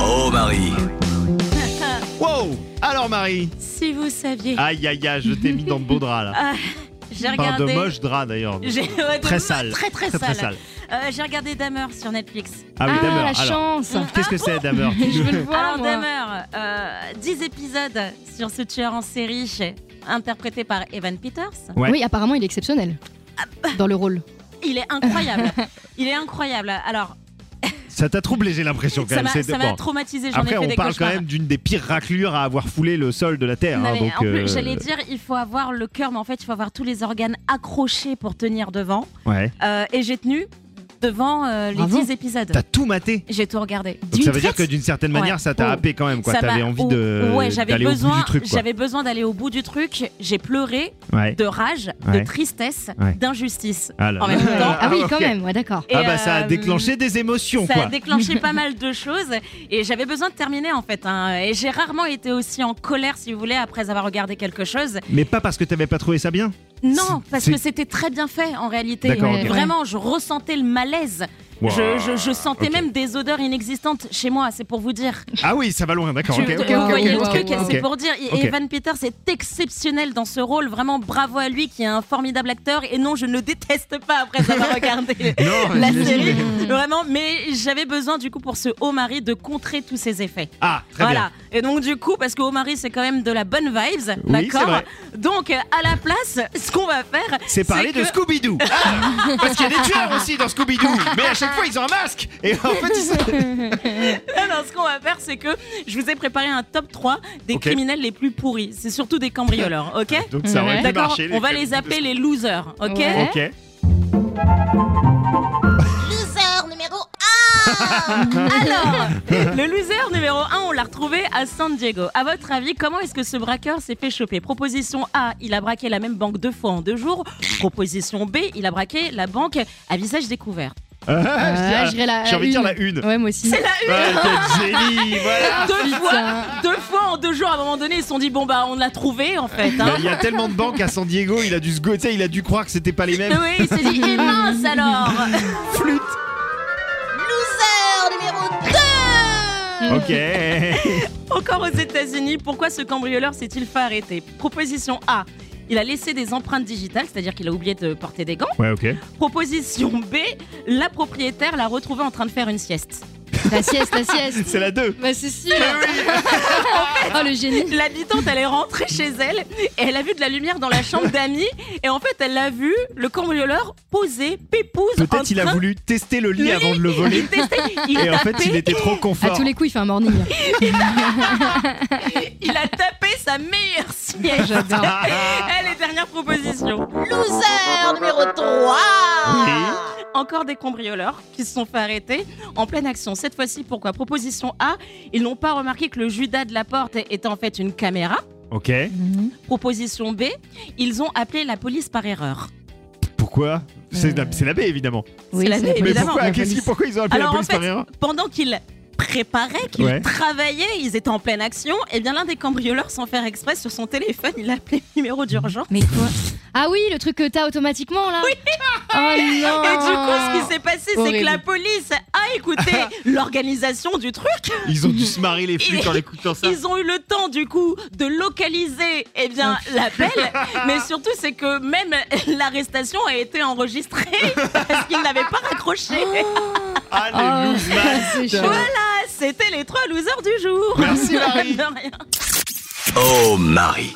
Oh Marie Wow Alors Marie Si vous saviez. Aïe aïe aïe, je t'ai mis dans de beaux draps là. Ah, j'ai Enfin, regardé. de moches draps d'ailleurs. J'ai- ouais, de Très mo- sale. Très très, Très très sale. sale. Euh, j'ai regardé Dahmer sur Netflix. Ah oui, ah, Dahmer. la Alors, chance qu'est-ce que c'est Ah, Dahmer Je veux le voir, Alors moi. Dahmer, euh, 10 épisodes sur ce tueur en série interprété par Evan Peters. Ouais. Ah, Oui, apparemment, il est exceptionnel Ah, dans le rôle. Il est incroyable. Il est incroyable. Alors, Ça t'a troublé, j'ai l'impression quand ça même. m'a C'est- ça m'a bon. traumatisé. J'en ai Après, fait on des parle quand cauchemars. même d'une des pires raclures à avoir foulé le sol de la terre. Non, hein, mais donc, en plus, euh, j'allais dire, il faut avoir le cœur, mais en fait, il faut avoir tous les organes accrochés pour tenir devant. Ouais. Euh, et j'ai tenu devant euh, les Bravo. 10 épisodes. T'as tout maté. J'ai tout regardé. Donc, ça veut dire que d'une certaine manière, Ouais. ça t'a Oh. happé quand même. quoi. Ça T'avais m'a- envie de Ouais, j'avais d'aller au bout besoin, du truc. quoi. j'avais besoin d'aller au bout du truc. J'ai pleuré Ouais. de rage, Ouais. de tristesse, Ouais. d'injustice. Ah là En là. même temps. Ah oui, ok. quand même, ouais, d'accord. Et, Ah bah ça a euh, déclenché des émotions Ça quoi. a déclenché pas mal de choses et j'avais besoin de terminer en fait. hein. Et j'ai rarement été aussi en colère, si vous voulez, après avoir regardé quelque chose. Mais pas parce que t'avais pas trouvé ça bien. Non, parce c'est- que c'était très bien fait en réalité. D'accord, ok. Vraiment, je ressentais le malaise. Wow, Je, je- je sentais ok. même des odeurs inexistantes chez moi, c'est pour vous dire. Ah oui, ça va loin, d'accord. Tu- ok, ok, vous ok, voyez ok, le truc, ok. c'est pour dire. Et Ok. Evan Peters est exceptionnel dans ce rôle, vraiment bravo à lui qui est un formidable acteur. Et non, je ne le déteste pas après avoir regardé Non, la j'imagine. série, vraiment. Mais j'avais besoin du coup pour ce haut mari de contrer tous ces effets. Ah, très voilà. Et donc du coup, parce que Omari c'est quand même de la bonne vibes, Oui, c'est d'accord vrai. Donc euh, à la place, ce qu'on va faire, C'est parler de que- Scooby-Doo. Ah, parce qu'il y a des tueurs aussi dans Scooby-Doo. Mais à chaque fois, ils ont un masque. Et en fait, ils sont- Alors, ce qu'on va faire, c'est que je vous ai préparé un top 3 des Ok. criminels les plus pourris. C'est surtout des cambrioleurs, ok Donc ça aurait pu D'accord marcher. On va les appeler les losers, ok Ouais. Ok. Loser numéro Alors, le loser numéro 1, on l'a retrouvé à San Diego. À votre avis, comment est-ce que ce braqueur s'est fait choper Proposition A, il a braqué la même banque deux fois en deux jours. Proposition B, il a braqué la banque à visage découvert. Ah, je dirais- Ah, j'irais la- J'ai envie de dire une. la une. Ouais, moi aussi. C'est la une Ouais, Ah, quel génie, voilà. deux fois, Ah, Putain. deux fois en deux jours, à un moment donné, ils se sont dit, bon bah on l'a trouvé en fait. hein. Bah, Il y a tellement de banques à San Diego, il a dû se go- tu sais, il a dû croire que c'était pas les mêmes. Oui, il s'est dit, et mince alors Flûte. 1, loser numéro 2 Ok. Encore aux États-Unis, pourquoi ce cambrioleur s'est-il fait arrêter Proposition A. Il a laissé des empreintes digitales, c'est-à-dire qu'il a oublié de porter des gants. Ouais, ok. Proposition B. La propriétaire l'a retrouvé en train de faire une sieste. La sieste, la sieste. C'est la 2. Bah, c'est sûr. oh, le génie. L'habitante, elle est rentrée chez elle et elle a vu de la lumière dans la chambre d'amis. Et en fait, elle l'a vu, le cambrioleur posé, pépouze. en Peut-être il a train- voulu tester le lit avant de le voler. Il testait, il Et en fait, tapait- il était trop À confort. tous les coups, il fait un morning. il a tapé sa meilleure sieste. J'adore. Elle est dernière proposition. Loser numéro 3 Encore des cambrioleurs qui se sont fait arrêter en pleine action. Cette fois-ci, pourquoi Proposition A, ils n'ont pas remarqué que le Judas de la porte était en fait une caméra. Ok. Proposition B, ils ont appelé la police par erreur. Pourquoi C'est la, c'est la B, évidemment. Oui, la c'est vie, la Mais évidemment. pourquoi, La qu'est-ce police. qu'ils- pourquoi ils ont appelé Alors, la police en par fait, erreur Pendant qu'ils préparaient, qu'ils Ouais. travaillaient, ils étaient en pleine action, et bien l'un des cambrioleurs, sans faire exprès, sur son téléphone, il a appelé le numéro d'urgence. Mais quoi Ah oui, le truc que t'as automatiquement là. Oh non. Et du coup, ce qui s'est passé, c'est que Horrible. la police a écouté l'organisation du truc. Ils ont dû se marrer les flics en écoutant ça. Ils ont eu le temps, du coup, de localiser eh bien l'appel. Mais surtout, c'est que même l'arrestation a été enregistrée parce qu'ils n'avaient pas raccroché. Ah, les Oh, loose man. c'est chaud. Voilà, c'était les trois losers du jour. Merci, Marie. De rien. Oh Marie